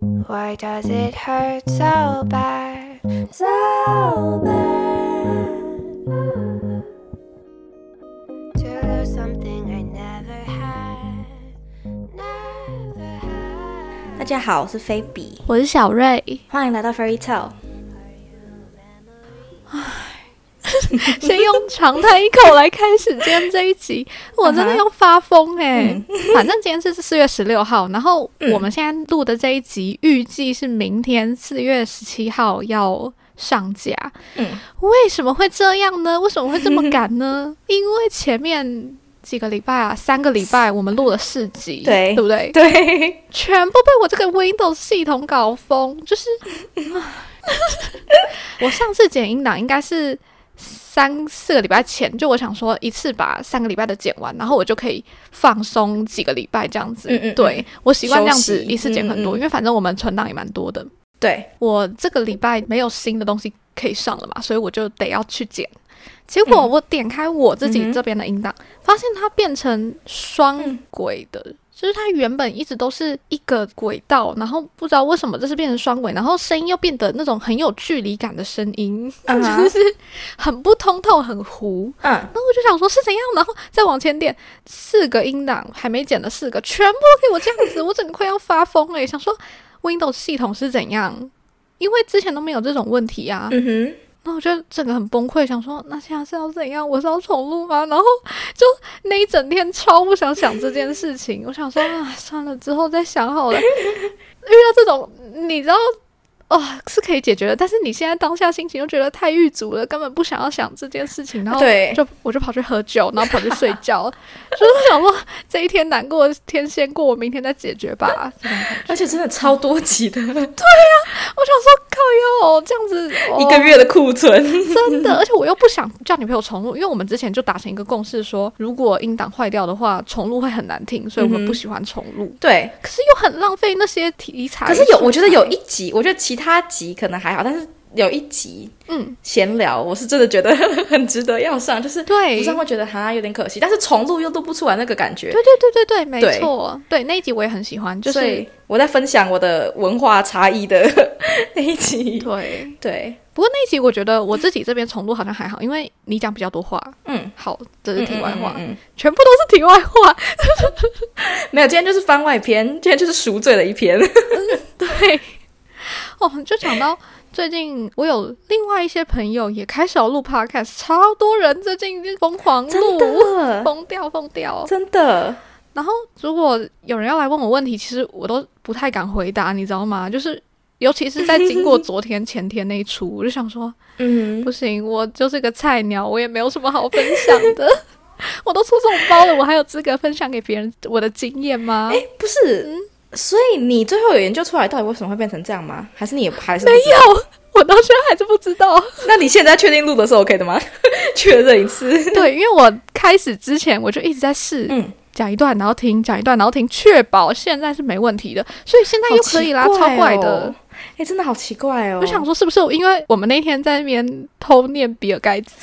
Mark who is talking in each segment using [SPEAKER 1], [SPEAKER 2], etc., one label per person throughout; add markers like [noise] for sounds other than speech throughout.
[SPEAKER 1] Why does it hurt so bad? So bad. To lose something I never had. Never
[SPEAKER 2] 大
[SPEAKER 1] had.
[SPEAKER 2] 家好，我是菲比，
[SPEAKER 3] 我是小
[SPEAKER 2] [laughs]
[SPEAKER 3] 瑞，
[SPEAKER 2] 欢迎来到 Fairy Tale。
[SPEAKER 3] 先用长叹一口来开始今天这
[SPEAKER 2] [laughs]
[SPEAKER 3] 一集，我真的要发疯哎、反正今天是四月十六号，然后
[SPEAKER 2] 嗯
[SPEAKER 3] 我们现在录的这一集预计是明天四月十七号要上架。
[SPEAKER 2] 嗯，
[SPEAKER 3] 为什么会这样呢？为什么会这么赶
[SPEAKER 2] [laughs]
[SPEAKER 3] 呢？因为前面几个礼拜啊，三个礼拜我们录了四集，
[SPEAKER 2] 对
[SPEAKER 3] 对不对？
[SPEAKER 2] [laughs] 对，
[SPEAKER 3] 全部被我这个 Windows 系统搞疯，就是， [sighs] 唉我上次剪音档应该是三四个礼拜前，就我想说一次把三个礼拜的剪完，然后我就可以放松几个礼拜这样子。
[SPEAKER 2] 嗯嗯嗯
[SPEAKER 3] 对我习惯这样子
[SPEAKER 2] 休息
[SPEAKER 3] 一次剪很多，
[SPEAKER 2] 嗯嗯
[SPEAKER 3] 因为反正我们存档也蛮多的。
[SPEAKER 2] 对，
[SPEAKER 3] 我这个礼拜没有新的东西可以上了嘛，所以我就得要去剪。结果我点开我自
[SPEAKER 2] 嗯
[SPEAKER 3] 己
[SPEAKER 2] 哼
[SPEAKER 3] 这边的音档，发现它变成双
[SPEAKER 2] 嗯
[SPEAKER 3] 轨的，就是它原本一直都是一个轨道，然后不知道为什么这是变成双轨，然后声音又变得那种很有距离感的声音，
[SPEAKER 2] 嗯哼
[SPEAKER 3] [laughs] 就是很不通透，很糊。
[SPEAKER 2] 嗯，
[SPEAKER 3] 然后我就想说是怎样，然后再往前点，四个音档还没剪的四个，全部都给我这样子，我整个快要发疯了耶，想说 Windows 系统是怎样？因为之前都没有这种问题啊，
[SPEAKER 2] 嗯哼，
[SPEAKER 3] 那我就整个很崩溃，想说那现在是要怎样？我是要重录吗？然后就那一整天超不想想这件事情，我想说啊，算了，之后再想好了。遇到这种，你知道。哦，是可以解决的，但是你现在当下心情又觉得太郁卒了，根本不想要想这件事情，然后
[SPEAKER 2] 对，
[SPEAKER 3] 就我就跑去喝酒，然后跑去睡觉，就是想说这一天难过，天先过，我明天再解决吧。这种感觉
[SPEAKER 2] 而且真的超多集 [laughs] 的，
[SPEAKER 3] 我想说靠哟，这样子、哦
[SPEAKER 2] 一个月的库存。
[SPEAKER 3] 真的，而且我又不想叫女朋友重录，因为我们之前就达成一个共识说，如果音档坏掉的话，重录会很难听，所以我
[SPEAKER 2] 嗯
[SPEAKER 3] 们
[SPEAKER 2] 哼
[SPEAKER 3] 不喜欢重录。
[SPEAKER 2] 对，
[SPEAKER 3] 可是又很浪费那些题材。
[SPEAKER 2] 可是有，我觉得有
[SPEAKER 3] 素啊
[SPEAKER 2] 一集，我觉得其他集可能还好，但是有一集
[SPEAKER 3] 材嗯，
[SPEAKER 2] 闲聊，我是真的觉得 [laughs] 很值得要上，就是
[SPEAKER 3] 对
[SPEAKER 2] 不上会觉得哈有点可惜，但是重录又录不出来那个感觉。
[SPEAKER 3] 对对对对对，没
[SPEAKER 2] 对
[SPEAKER 3] 错，对那一集我也很喜欢，就
[SPEAKER 2] 所
[SPEAKER 3] 是
[SPEAKER 2] 以我在分享我的文化差异的 [laughs] 那一集。
[SPEAKER 3] 对。
[SPEAKER 2] 对，
[SPEAKER 3] 不过那一集我觉得我自己这边重录好像还好，因为你讲比较多话。
[SPEAKER 2] 嗯，
[SPEAKER 3] 好，这是题外话，
[SPEAKER 2] 嗯嗯嗯
[SPEAKER 3] [laughs] 全部都是题外话。
[SPEAKER 2] 没有，今天就是番外篇，今天就是赎罪的一
[SPEAKER 3] [laughs]
[SPEAKER 2] 篇。
[SPEAKER 3] 对，哦，就讲到最近，我有另外一些朋友也开始要录 podcast，超多人最近就疯狂录，
[SPEAKER 2] 的，
[SPEAKER 3] 疯掉疯掉。
[SPEAKER 2] [laughs] 真的，
[SPEAKER 3] 然后如果有人要来问我问题，其实我都不太敢回答，你知道吗？就是。尤其是在经过昨天、前天那一出，我就
[SPEAKER 2] [laughs]
[SPEAKER 3] 想说，
[SPEAKER 2] 嗯
[SPEAKER 3] 不，行，我就是个菜鸟，我也没有什么好分享的。 [laughs] 我都出这种包了，我还有资格分享给别人我的经验吗？
[SPEAKER 2] 不是。
[SPEAKER 3] 嗯
[SPEAKER 2] 所以你最后有研究出来到底为什么会变成这样吗？还是你也还是不
[SPEAKER 3] 没
[SPEAKER 2] 知道？
[SPEAKER 3] 有，我到现在还是不知
[SPEAKER 2] [laughs]
[SPEAKER 3] 道。
[SPEAKER 2] 那你现在确定录的是 OK 的吗？ [laughs] 确认一次。
[SPEAKER 3] 对，因为我开始之前我就一直在试、
[SPEAKER 2] 嗯，
[SPEAKER 3] 讲一段，然后停，讲一段，然后停，确保现在是没问题的，所以现在又可以啦，
[SPEAKER 2] 好奇
[SPEAKER 3] 超怪
[SPEAKER 2] 哦
[SPEAKER 3] 的。。
[SPEAKER 2] 哎、真的好奇怪哦！
[SPEAKER 3] 我想，说是不是我因为我们那天在那边偷念比尔盖茨，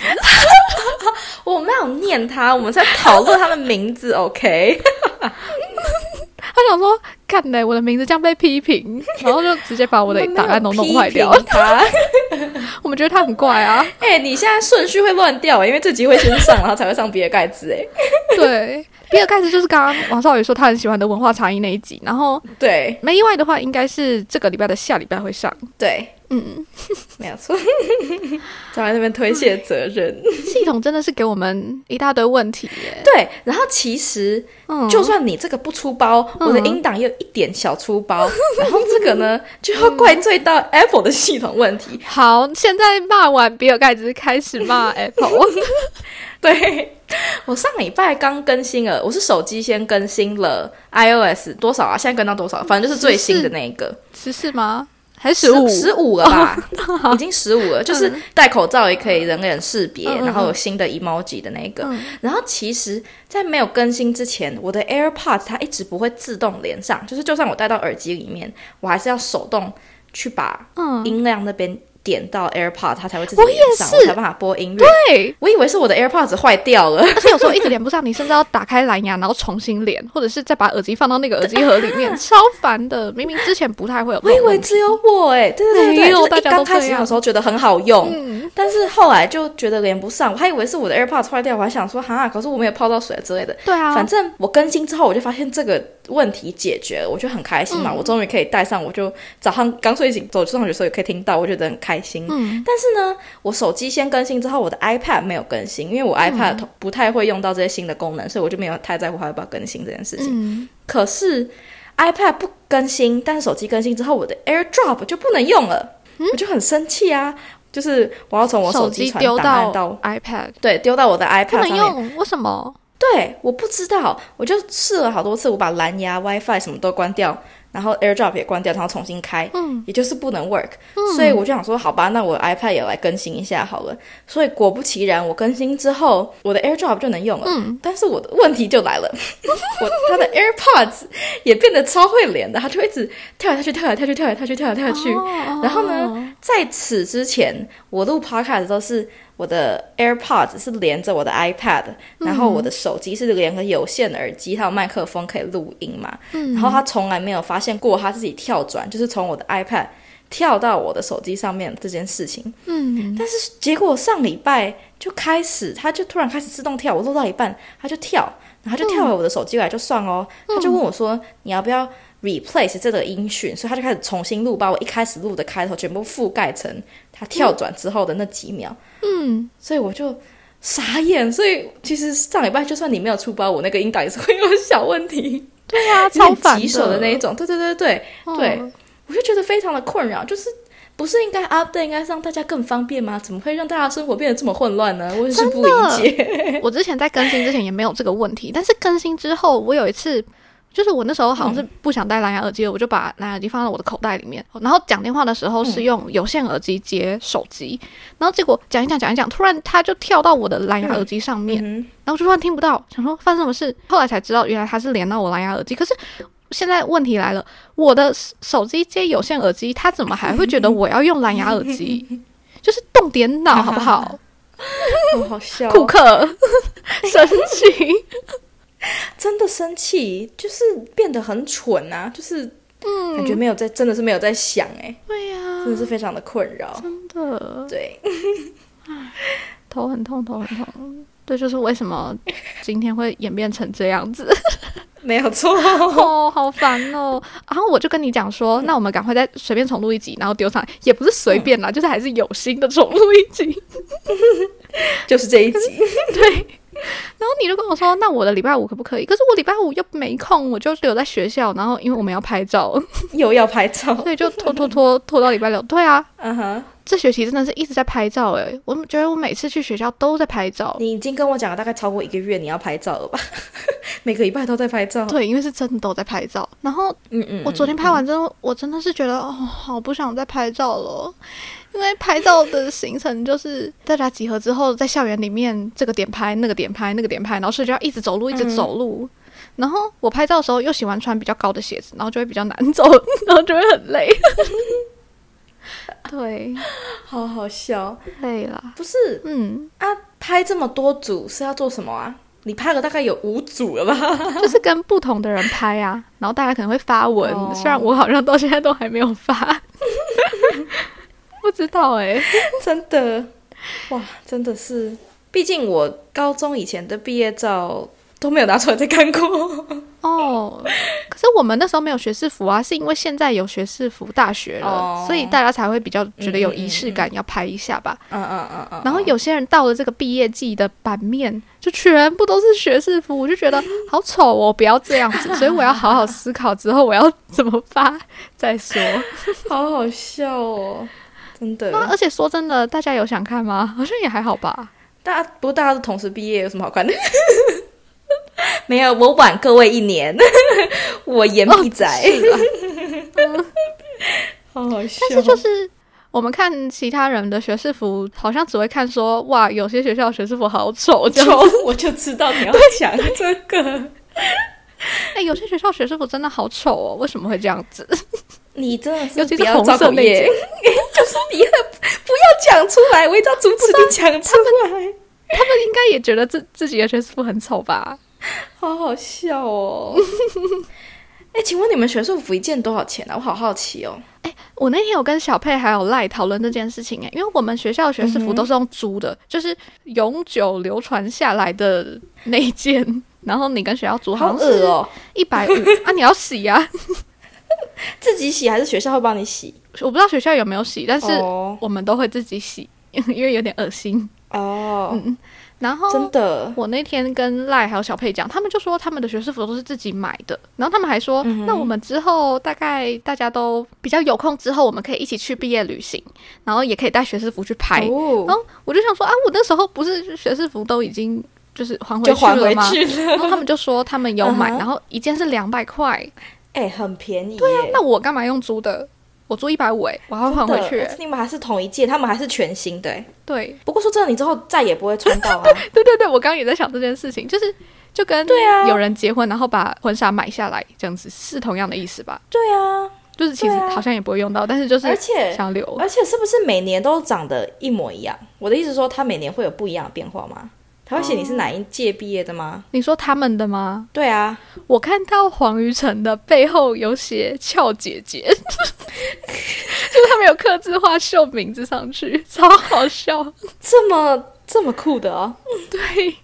[SPEAKER 2] 我没有念他，我们在讨论他的名字。OK， [laughs]
[SPEAKER 3] 他想说看嘞，我的名字这样被批评，然后就直接把我的
[SPEAKER 2] 们没有
[SPEAKER 3] 档案都弄坏掉
[SPEAKER 2] 批。评他。
[SPEAKER 3] [laughs] 我们觉得他很怪啊，
[SPEAKER 2] 哎、你现在顺序会乱掉、因为这集会先上，然后才会上比尔盖茨、哎，
[SPEAKER 3] 对。比尔盖茨就是刚刚王少宇说他很喜欢的文化差异那一集，然后
[SPEAKER 2] 对
[SPEAKER 3] 没意外的话，应该是这个礼拜的下礼拜会上。
[SPEAKER 2] 对，
[SPEAKER 3] 嗯，
[SPEAKER 2] 没有错。在那边推卸责任。
[SPEAKER 3] 系统真的是给我们一大堆问题耶。
[SPEAKER 2] 嗯对，然后其实
[SPEAKER 3] 嗯，
[SPEAKER 2] 就算你这个不出包，
[SPEAKER 3] 嗯
[SPEAKER 2] 我的音档也有一点小出 [laughs] 包，然后这个呢就要怪罪到 Apple 的系统问 [laughs] 题。
[SPEAKER 3] 好，现在骂完比尔盖茨，开始骂
[SPEAKER 2] [laughs]
[SPEAKER 3] Apple。
[SPEAKER 2] 对我上礼拜刚更新了，我是手机先更新了 iOS 多少啊？现在跟到多少？反正就是最新的那一个
[SPEAKER 3] 十四吗？还是十五？
[SPEAKER 2] 十五哦了吧， [laughs] 已经十五了。就是戴口罩也可以人跟人识别，
[SPEAKER 3] 嗯嗯嗯
[SPEAKER 2] 然后有新的 emoji 的那个。
[SPEAKER 3] 嗯
[SPEAKER 2] 然后其实，在没有更新之前，我的 AirPods 它一直不会自动连上，就是就算我戴到耳机里面，我还是要手动去把
[SPEAKER 3] 嗯
[SPEAKER 2] 音量那边点到 AirPod，它才会自己连上，
[SPEAKER 3] 我也是
[SPEAKER 2] 才有办法播音乐。
[SPEAKER 3] 对，
[SPEAKER 2] 我以为是我的 AirPods 坏掉了，
[SPEAKER 3] 而且有时候一直连不上，你甚至要打开蓝牙，然后重新连，或者是再把耳机放到那个耳机盒里面，超烦的。明明之前不太会有这
[SPEAKER 2] 我以
[SPEAKER 3] 种
[SPEAKER 2] 为
[SPEAKER 3] 问题，
[SPEAKER 2] 只有我哎、对对对
[SPEAKER 3] 没
[SPEAKER 2] 对，
[SPEAKER 3] 有
[SPEAKER 2] 就是一
[SPEAKER 3] 大家都
[SPEAKER 2] 刚开始
[SPEAKER 3] 这
[SPEAKER 2] 用
[SPEAKER 3] 样
[SPEAKER 2] 的时候觉得很好用，
[SPEAKER 3] 嗯，
[SPEAKER 2] 但是后来就觉得连不上，我还以为是我的 AirPods 坏掉，我还想说哈，可是我没有泡到水之类的。
[SPEAKER 3] 对啊，
[SPEAKER 2] 反正我更新之后，我就发现这个问题解决了，我就很开心嘛，
[SPEAKER 3] 嗯
[SPEAKER 2] 我终于可以戴上，我就早上刚睡醒走去上学的时候也可以听到，我觉得很开心。
[SPEAKER 3] 嗯，
[SPEAKER 2] 但是呢，我手机先更新之后，我的 iPad 没有更新，因为
[SPEAKER 3] 嗯
[SPEAKER 2] 我 iPad 不太会用到这些新的功能，所以我就没有太在乎它要不要更新这件事情。
[SPEAKER 3] 嗯，
[SPEAKER 2] 可是 iPad 不更新，但是手机更新之后，我的 AirDrop 就不能用了，我就很生气啊！就是我要从我
[SPEAKER 3] 嗯手
[SPEAKER 2] 机
[SPEAKER 3] 机
[SPEAKER 2] 传
[SPEAKER 3] 丢
[SPEAKER 2] 档案
[SPEAKER 3] 到
[SPEAKER 2] 到
[SPEAKER 3] iPad
[SPEAKER 2] 对丢到我的
[SPEAKER 3] 不
[SPEAKER 2] iPad
[SPEAKER 3] 能
[SPEAKER 2] 上面。
[SPEAKER 3] 用，为什么？
[SPEAKER 2] 对，我不知道，我就试了好多次，我把蓝牙、WiFi 什么都关掉，然后 AirDrop 也关掉，然后重新开，
[SPEAKER 3] 嗯，
[SPEAKER 2] 也就是不能 work，、所以我就想说，好吧，那我 iPad 也来更新一下好了。所以果不其然，我更新之后，我的 AirDrop 就能用了。
[SPEAKER 3] 嗯
[SPEAKER 2] 但是我的问题就来了， [laughs] 我它的 AirPods 也变得超会连的，它就一直跳来跳去，跳来跳去，跳来跳去，跳来跳去。
[SPEAKER 3] 哦
[SPEAKER 2] 然后呢，在此之前，我录 podcast 都是我的 AirPods 是连着我的 iPad，、然
[SPEAKER 3] 嗯
[SPEAKER 2] 后我的手机是连个有线耳机，还有麦克风可以录音嘛。
[SPEAKER 3] 嗯
[SPEAKER 2] 然后他从来没有发现过他自己跳转，就是从我的 iPad 跳到我的手机上面这件事情。
[SPEAKER 3] 嗯，
[SPEAKER 2] 但是结果上礼拜就开始，他就突然开始自动跳，我录到一半他就跳，然后他就跳回我的手机来就算哦，
[SPEAKER 3] 嗯
[SPEAKER 2] 他就问我说你要不要 replace 这个音讯，所以他就开始重新录，把我一开始录的开头全部覆盖成他跳转之后的那几秒，
[SPEAKER 3] 嗯，
[SPEAKER 2] 所以我就。傻眼，所以其实上礼拜就算你没有出包，我那个音档也是会有小问题。
[SPEAKER 3] 对啊，
[SPEAKER 2] 有
[SPEAKER 3] 超
[SPEAKER 2] 点
[SPEAKER 3] 烦
[SPEAKER 2] 棘手的那一，种，对对对对，
[SPEAKER 3] 嗯
[SPEAKER 2] 对我就觉得非常的困扰，就是不是应该 update 应该是让大家更方便吗？怎么会让大家生活变得这么混乱呢？我也是不理解。
[SPEAKER 3] [laughs] 我之前在更新之前也没有这个问题，但是更新之后，我有一次，就是我那时候好像是不想戴蓝牙耳机了，我就把蓝牙耳机放到我的口袋里面，然后讲电话的时候是用有线耳机接手机，然后结果讲一讲讲一讲，突然它就跳到我的蓝牙耳机上面，
[SPEAKER 2] 嗯
[SPEAKER 3] 然后我就突然听不到，想说发生什么事，后来才知道原来它是连到我蓝牙耳机，可是。现在问题来了，我的手机接有线耳机，它怎么还会觉得我要用蓝牙耳机？就是动点脑好不好？
[SPEAKER 2] 哼，好好笑哦、
[SPEAKER 3] 库 [laughs] 克生气。
[SPEAKER 2] 真的生气，就是变得很蠢啊，就是
[SPEAKER 3] 嗯
[SPEAKER 2] 感觉没有在，真的是没有在想、哎，
[SPEAKER 3] 对呀、
[SPEAKER 2] 真的是非常的困扰。
[SPEAKER 3] 真的
[SPEAKER 2] 对，
[SPEAKER 3] 头很痛，头很痛。这就是为什么今天会演变成这样
[SPEAKER 2] [laughs]
[SPEAKER 3] 子
[SPEAKER 2] 没有错。 [laughs]
[SPEAKER 3] 哦，好烦哦。然后我就跟你讲说，那我们赶快再随便重录一集，然后丢上来，也不是
[SPEAKER 2] 嗯
[SPEAKER 3] 随便啦，就是还是有心的重录一集。
[SPEAKER 2] 就是这一集，
[SPEAKER 3] 然后你就跟我说，那我的礼拜五可不可以？可是我礼拜五又没空，我就留在学校，然后因为我们要拍
[SPEAKER 2] 哦
[SPEAKER 3] 照，
[SPEAKER 2] 又要拍照。
[SPEAKER 3] 所以就拖拖拖拖到礼拜六。对啊，
[SPEAKER 2] 嗯哼，
[SPEAKER 3] 这学期真的是一直在拍照诶、我觉得我每次去学校都在拍照。
[SPEAKER 2] 你已经跟我讲了大概超过一个月你要拍照了吧？ [laughs] 每个礼拜都在拍照。
[SPEAKER 3] 对，因为是真的都在拍照，然后
[SPEAKER 2] 嗯嗯，嗯
[SPEAKER 3] 我昨天拍完之后，我真的是觉得哦，好不想再拍照了，哦因为拍照的行程就是大家集合之后，在校园里面这个点拍，那个点拍，那个点拍，然后所以就要一直走路，一
[SPEAKER 2] 嗯
[SPEAKER 3] 直走路。然后我拍照的时候又喜欢穿比较高的鞋子，然后就会比较难走， [laughs] 然后就会很累。 [laughs] 对，
[SPEAKER 2] 好好笑，
[SPEAKER 3] 累啦。
[SPEAKER 2] 嗯不是
[SPEAKER 3] 嗯，
[SPEAKER 2] 啊，拍这么多组是要做什么啊？你拍了大概有五组了吧？ [laughs]
[SPEAKER 3] 就是跟不同的人拍啊，然后大家可能会发文，
[SPEAKER 2] 哦
[SPEAKER 3] 虽然我好像到现在都还没有发， [laughs] 不知道哎、
[SPEAKER 2] 真的，哇，真的是，毕竟我高中以前的毕业照都没有拿出来再看过。 [laughs]
[SPEAKER 3] 哦，可是我们那时候没有学士服啊， [laughs] 是因为现在有学士服大学了，
[SPEAKER 2] 哦
[SPEAKER 3] 所以大家才会比较觉得有
[SPEAKER 2] 嗯嗯
[SPEAKER 3] 仪式感，要拍一下吧。
[SPEAKER 2] 嗯嗯嗯嗯，
[SPEAKER 3] 然后有些人到了这个毕业季的版面，就全部都是学士服，我就觉得好丑哦，不要这样 [laughs] 子。所以我要好好思考之后我要怎么发再 [laughs] 说。
[SPEAKER 2] 好好笑哦，真的。
[SPEAKER 3] 那而且说真的，大家有想看吗？好像也还好吧。
[SPEAKER 2] 大家不过大家都同时毕业，有什么好看的？ [laughs] 没有，我晚各位一年， [laughs] 我言必仔， [laughs] 好好笑。
[SPEAKER 3] 但哦是就是我们看其他人的学士服，好像只会看说哇，有些学校的学士服好丑，这样子。
[SPEAKER 2] 我就知道你要讲这个。
[SPEAKER 3] 哎、有些学校学生服真的好丑哦，为什么会这样子？ [laughs]
[SPEAKER 2] 你真的
[SPEAKER 3] 尤
[SPEAKER 2] 是
[SPEAKER 3] 其
[SPEAKER 2] 不
[SPEAKER 3] 是
[SPEAKER 2] 要
[SPEAKER 3] 红
[SPEAKER 2] 造
[SPEAKER 3] 色
[SPEAKER 2] 口
[SPEAKER 3] 那一
[SPEAKER 2] 业
[SPEAKER 3] 件，
[SPEAKER 2] [laughs] 就是你要要讲出来，我一定要阻止你讲出来。
[SPEAKER 3] 他们应该也觉得自自己的学士服很丑吧？
[SPEAKER 2] [laughs] 好好笑哦！ [laughs] 哎、请问你们学术服一件多少钱啊？我好好奇哦。
[SPEAKER 3] 我那天有跟小佩还有赖讨论这件事情诶、欸因为我们学校的学
[SPEAKER 2] 嗯
[SPEAKER 3] 士服都是用租的，就是永久流传下来的那一件，然后你跟学校租好像
[SPEAKER 2] 恶
[SPEAKER 3] 是
[SPEAKER 2] 哦！
[SPEAKER 3] 一百五啊，你要洗呀、啊，
[SPEAKER 2] 自己洗还是学校会帮你洗？
[SPEAKER 3] 我不知道学校有没有洗，但是
[SPEAKER 2] 哦
[SPEAKER 3] 我们都会自己洗， [laughs] 因为有点恶心。
[SPEAKER 2] 哦，
[SPEAKER 3] 嗯，然后
[SPEAKER 2] 真的
[SPEAKER 3] 我那天跟赖还有小佩讲，他们就说他们的学士服都是自己买的，然后他们还说，
[SPEAKER 2] 嗯
[SPEAKER 3] 那我们之后大概大家都比较有空之后，我们可以一起去毕业旅行，然后也可以带学士服去拍。
[SPEAKER 2] 哦
[SPEAKER 3] 然后我就想说啊，我那时候不是学士服都已经就是还回
[SPEAKER 2] 就
[SPEAKER 3] 去
[SPEAKER 2] 还
[SPEAKER 3] 了
[SPEAKER 2] 回
[SPEAKER 3] 吗？
[SPEAKER 2] 去了。 [laughs]
[SPEAKER 3] 然后他们就说他们有买
[SPEAKER 2] 嗯哼
[SPEAKER 3] 然后一件是两百块，
[SPEAKER 2] 哎、很便宜。对啊
[SPEAKER 3] 那我干嘛用租的？我租一百五哎，我还要还回去、欸。
[SPEAKER 2] 你们还是同一届，他们还是全新的、哎
[SPEAKER 3] 对 [laughs]
[SPEAKER 2] 不过说真的，你之后再也不会穿到啊。
[SPEAKER 3] 对对对，我刚刚也在想这件事情，就是就跟
[SPEAKER 2] 对啊
[SPEAKER 3] 有人结婚然后把婚纱买下来这样子是同样的意思吧？
[SPEAKER 2] 对啊，
[SPEAKER 3] 就是其实
[SPEAKER 2] 对啊
[SPEAKER 3] 好像也不会用到，但是就是
[SPEAKER 2] 而且
[SPEAKER 3] 想留。
[SPEAKER 2] 而且是不是每年都长得一模一样？我的意思是说，它每年会有不一样的变化吗？他会写你是哪一届毕业的吗？
[SPEAKER 3] 你说他们的吗？
[SPEAKER 2] 对啊，
[SPEAKER 3] 我看到黄宇晨的背后有写“俏姐姐”， [laughs] 就是他们有刻字化绣名字上
[SPEAKER 2] [laughs]
[SPEAKER 3] 去，超好笑。
[SPEAKER 2] 这么这么酷的 [laughs] 哦，
[SPEAKER 3] 对，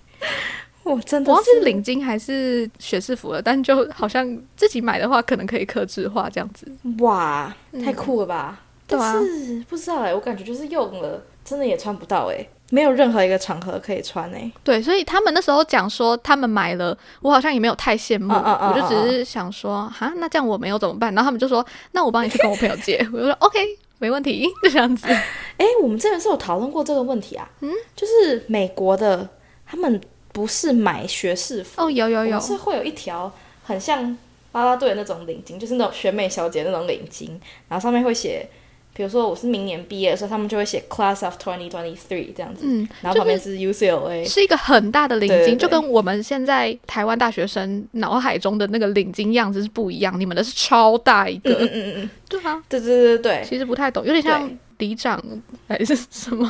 [SPEAKER 2] 我真的
[SPEAKER 3] 我忘记
[SPEAKER 2] 是
[SPEAKER 3] 是领巾还是学士服了，但就好像自己买的话，可能可以刻字化这样子。
[SPEAKER 2] 哇，太酷了吧！
[SPEAKER 3] 对啊
[SPEAKER 2] 嗯但是不知道哎、我感觉就是用了，真的也穿不到哎、没有任何一个场合可以穿哎、
[SPEAKER 3] 对，所以他们那时候讲说他们买了，我好像也没有太羡慕，
[SPEAKER 2] 嗯嗯嗯
[SPEAKER 3] 我就只是想说，哈，那这样我没有怎么办？然后他们就说，那我帮你去跟我朋友借。 [laughs] 我就说 OK，没问题， [laughs] 就这样子。
[SPEAKER 2] 哎、我们之前是有讨论过这个问题啊，嗯，就是美国的他们不是买学士服，
[SPEAKER 3] 哦，有有
[SPEAKER 2] 我
[SPEAKER 3] 有
[SPEAKER 2] 们，是会有一条很像啦啦队的那种领巾，就是那种选美小姐那种领巾，然后上面会写，比如说我是明年毕业的时候，他们就会写 Class of 2023这样子，
[SPEAKER 3] 嗯，
[SPEAKER 2] 然
[SPEAKER 3] 就
[SPEAKER 2] 后旁边是 UCLA，、
[SPEAKER 3] 是一个很大的领巾，
[SPEAKER 2] 对对对
[SPEAKER 3] 就跟我们现在台湾大学生脑海中的那个领巾样子是不一样。你们的是超大一个，
[SPEAKER 2] 嗯嗯嗯嗯，
[SPEAKER 3] 对啊，
[SPEAKER 2] 对对对对对，
[SPEAKER 3] 其实不太懂，有点像里长还是
[SPEAKER 2] [laughs]
[SPEAKER 3] 什么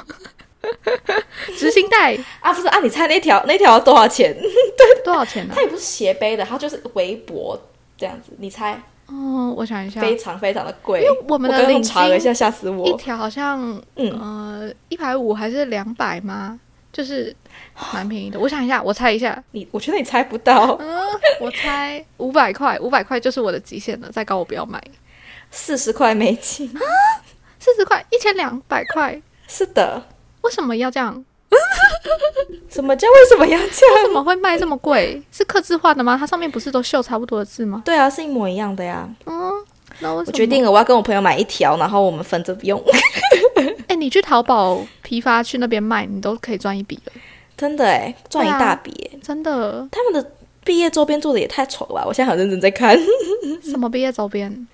[SPEAKER 3] 执行带
[SPEAKER 2] 啊不是啊，你猜那条那条多少钱？
[SPEAKER 3] 多少钱呢、啊
[SPEAKER 2] 它也不是斜背的，它就是围脖这样子，你猜，
[SPEAKER 3] 哦，我想一下，
[SPEAKER 2] 非常非常的贵。
[SPEAKER 3] 我们的
[SPEAKER 2] 刚
[SPEAKER 3] 领
[SPEAKER 2] 刚查了一
[SPEAKER 3] 巾
[SPEAKER 2] 下，吓死
[SPEAKER 3] 一
[SPEAKER 2] 我！
[SPEAKER 3] 条好像
[SPEAKER 2] 嗯，
[SPEAKER 3] 呃一百五还是两百吗？就是蛮便宜的。我想一下，我猜一下，
[SPEAKER 2] 你我觉得你猜不到，
[SPEAKER 3] [laughs] 嗯，我猜五百块，五百块就是我的极限了，再高我不要买。
[SPEAKER 2] 四十块美金。
[SPEAKER 3] 四十块，一千两百块，
[SPEAKER 2] 是的，
[SPEAKER 3] 为什么要这样？
[SPEAKER 2] 什么叫为什么要这样？
[SPEAKER 3] 为什么会卖这么贵？是刻字化的吗？它上面不是都绣差不多的字吗？
[SPEAKER 2] 对啊，是一模一样的呀。
[SPEAKER 3] 嗯，那为什
[SPEAKER 2] 我
[SPEAKER 3] 么？
[SPEAKER 2] 决定，了，我要跟我朋友买一条，然后我们分着用。 [laughs]
[SPEAKER 3] 哎、你去淘宝批发去那边卖，你都可以赚一笔了，
[SPEAKER 2] 真的哎，赚一
[SPEAKER 3] 对啊
[SPEAKER 2] 大笔耶、
[SPEAKER 3] 真的。
[SPEAKER 2] 他们的毕业周边做的也太丑了吧！我现在很认真在看， [laughs]
[SPEAKER 3] 什么毕业周边？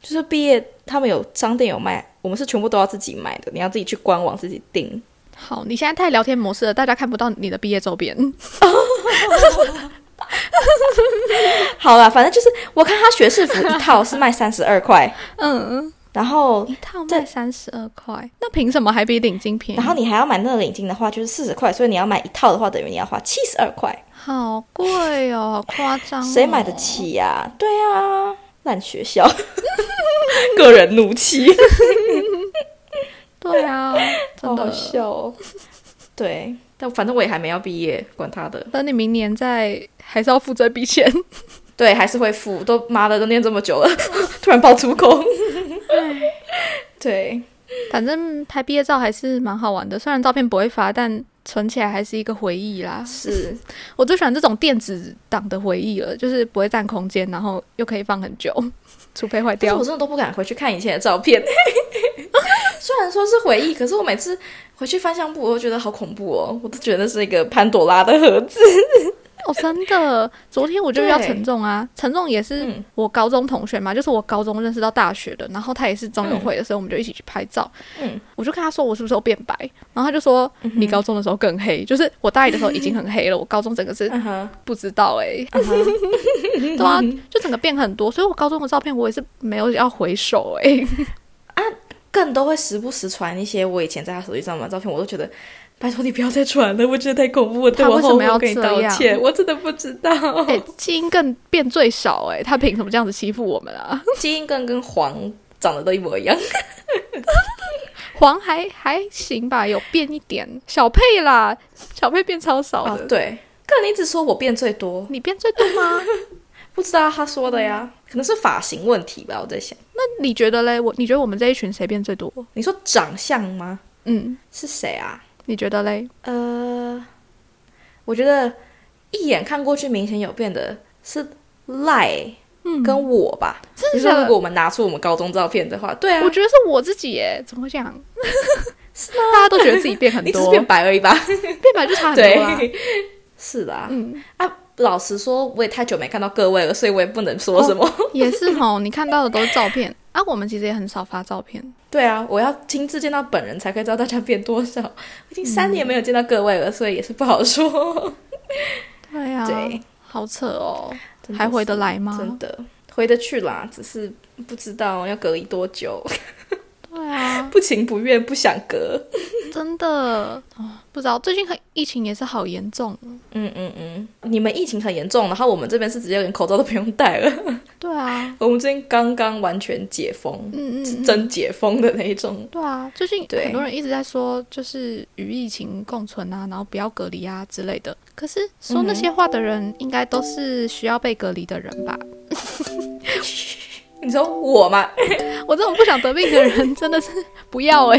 [SPEAKER 2] 就是毕业他们有商店有卖，我们是全部都要自己买的，你要自己去官网自己订。
[SPEAKER 3] 好，你现在太聊天模式了，大家看不到你的毕业周边。
[SPEAKER 2] 好啦，反正就是我看他学士服一套是卖三十二块， [laughs]
[SPEAKER 3] 嗯，
[SPEAKER 2] 然后
[SPEAKER 3] 一套卖
[SPEAKER 2] 这
[SPEAKER 3] 三十二块，那凭什么还比领巾便宜？
[SPEAKER 2] 然后你还要买那个领巾的话就是四十块，所以你要买一套的话等于你要花七十二块，
[SPEAKER 3] 好贵哦，好夸张、哦
[SPEAKER 2] 谁买得？起呀、对啊，烂学校， [laughs] 个人怒气。
[SPEAKER 3] 对 [laughs] 啊，真
[SPEAKER 2] 好
[SPEAKER 3] 的。
[SPEAKER 2] 好笑哦。 [laughs] 对，但反正我也还没要毕业，管他的。
[SPEAKER 3] 等你明年再还是要付这笔钱。
[SPEAKER 2] 对，还是会付，都妈的都念这么久了，突然爆粗 [laughs] 口。对，
[SPEAKER 3] [laughs] 反正拍毕业照还是蛮好玩的，虽然照片不会发，但存起来还是一个回忆啦。
[SPEAKER 2] 是，
[SPEAKER 3] [laughs] 我最喜欢这种电子档的回忆了，就是不会占空间，然后又可以放很久， [laughs] 除非坏
[SPEAKER 2] 但是
[SPEAKER 3] 掉
[SPEAKER 2] 我。真的都不敢回去看以前的照片。 [laughs] 虽然说是回忆，可是我每次回去翻相簿，我都觉得好恐怖哦，我都觉得是一个潘朵拉的盒子。
[SPEAKER 3] 哦，真的，昨天我就遇到陈仲啊，陈仲也是
[SPEAKER 2] 嗯
[SPEAKER 3] 我高中同学嘛，就是我高中认识到大学的，然后他也是中友会的时候，我们就一起去拍照。
[SPEAKER 2] 嗯，
[SPEAKER 3] 我就跟他说我是不是有变白，然后他就说、你高中的时候更黑，就是我大一的时候已经很黑了，我高中整个是
[SPEAKER 2] 嗯哼，
[SPEAKER 3] 不知道哎、
[SPEAKER 2] 嗯哼
[SPEAKER 3] 对
[SPEAKER 2] 嗯
[SPEAKER 3] 欸
[SPEAKER 2] 哦
[SPEAKER 3] [laughs] 啊，就整个变很多，所以我高中的照片我也是没有要回首哎、
[SPEAKER 2] 更都会时不时传一些我以前在他手机上的照片，我都觉得，拜托你不要再传了，我觉得太恐怖了，对
[SPEAKER 3] 他
[SPEAKER 2] 我
[SPEAKER 3] 为什
[SPEAKER 2] 后
[SPEAKER 3] 么要
[SPEAKER 2] 悔跟你
[SPEAKER 3] 这
[SPEAKER 2] 道
[SPEAKER 3] 样
[SPEAKER 2] 歉，我真的不知道。
[SPEAKER 3] 哎、基因更变最少哎、他凭什么这样子欺负我们啊？
[SPEAKER 2] 基因跟跟黄长得都一模一样，
[SPEAKER 3] 黄还还行吧，有变一点。小佩啦，小佩变超少
[SPEAKER 2] 哦
[SPEAKER 3] 的，，
[SPEAKER 2] 对，个人一直说我变最多，
[SPEAKER 3] 你变最多吗？ [laughs]
[SPEAKER 2] 不知道他说的呀，可能是发型问题吧，我在想。
[SPEAKER 3] 那你觉得嘞？我你觉得我们这一群谁变最多？
[SPEAKER 2] 你说长相吗？
[SPEAKER 3] 嗯，
[SPEAKER 2] 是谁啊？
[SPEAKER 3] 你觉得嘞？
[SPEAKER 2] 呃，我觉得一眼看过去明显有变的是赖
[SPEAKER 3] 嗯
[SPEAKER 2] 跟我吧。你
[SPEAKER 3] 真
[SPEAKER 2] 说
[SPEAKER 3] 的
[SPEAKER 2] 如果我们拿出我们高中照片的话，对啊
[SPEAKER 3] 我，觉得是我自己耶，怎么会这 [laughs] 样？大家都觉得自己变很
[SPEAKER 2] 你只是
[SPEAKER 3] 多，
[SPEAKER 2] 变白而已吧？
[SPEAKER 3] 变白就差很多啊
[SPEAKER 2] 对
[SPEAKER 3] [laughs] 啦。，
[SPEAKER 2] 是的啊。
[SPEAKER 3] 嗯，
[SPEAKER 2] 啊，老实说，我也太久没看到各位了，所以我也不能说什么。
[SPEAKER 3] 也是吼，你看到的都是照片啊。我们其实也很少发照片，
[SPEAKER 2] 对啊，我要亲自见到本人才可以知道大家变多少。我已经三年没有见到各位了，所以也是不好说。
[SPEAKER 3] [laughs] 对呀、
[SPEAKER 2] 对，
[SPEAKER 3] 好扯哦，
[SPEAKER 2] 真的
[SPEAKER 3] 还回
[SPEAKER 2] 是
[SPEAKER 3] 得来吗？
[SPEAKER 2] 真的回得去啦，只是不知道要隔离多久， [laughs]
[SPEAKER 3] 对啊，
[SPEAKER 2] 不情不愿，不想隔。
[SPEAKER 3] 真的哦，不知道最近很疫情也是好严重哦。
[SPEAKER 2] 嗯嗯嗯，你们疫情很严重，然后我们这边是直接连口罩都不用戴了。 [laughs]
[SPEAKER 3] 对啊，
[SPEAKER 2] 我们最近刚刚完全解封，
[SPEAKER 3] 嗯嗯
[SPEAKER 2] 是
[SPEAKER 3] 嗯，
[SPEAKER 2] 真解封的那一种。
[SPEAKER 3] 对啊，最近
[SPEAKER 2] 对
[SPEAKER 3] 很多人一直在说，就是与疫情共存啊，然后不要隔离啊之类的。可是说那些话的人，应该都是需要被隔离的人吧？
[SPEAKER 2] 你说我吗？
[SPEAKER 3] 我这种不想得病的人，真的是不要哎、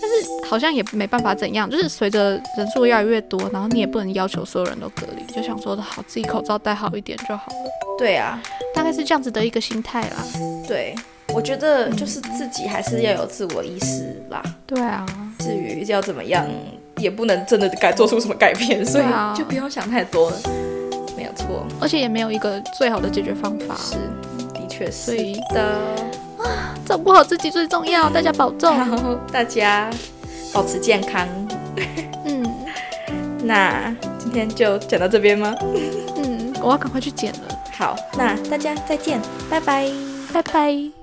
[SPEAKER 3] 但是好像也没办法怎样，就是随着人数越来越多，然后你也不能要求所有人都隔离，就想说好自己口罩戴好一点就好了，
[SPEAKER 2] 对啊，
[SPEAKER 3] 大概是这样子的一个心态啦。
[SPEAKER 2] 对，我觉得就是自己还是要有自我意识啦。
[SPEAKER 3] 对啊，
[SPEAKER 2] 至于要怎么样，也不能真的改做出什么改变，所以
[SPEAKER 3] 对啊
[SPEAKER 2] 就不用想太多了。没有错，
[SPEAKER 3] 而且也没有一个最好的解决方法，
[SPEAKER 2] 是，的确是。
[SPEAKER 3] 啊所以
[SPEAKER 2] 的，
[SPEAKER 3] 照顾好自己最重要，大家保重。
[SPEAKER 2] 然后大家保持健康。
[SPEAKER 3] 嗯。
[SPEAKER 2] 那今天就讲到这边吗？
[SPEAKER 3] 嗯，我要赶快去剪了，
[SPEAKER 2] 好，那大家再见，拜拜。
[SPEAKER 3] 拜拜。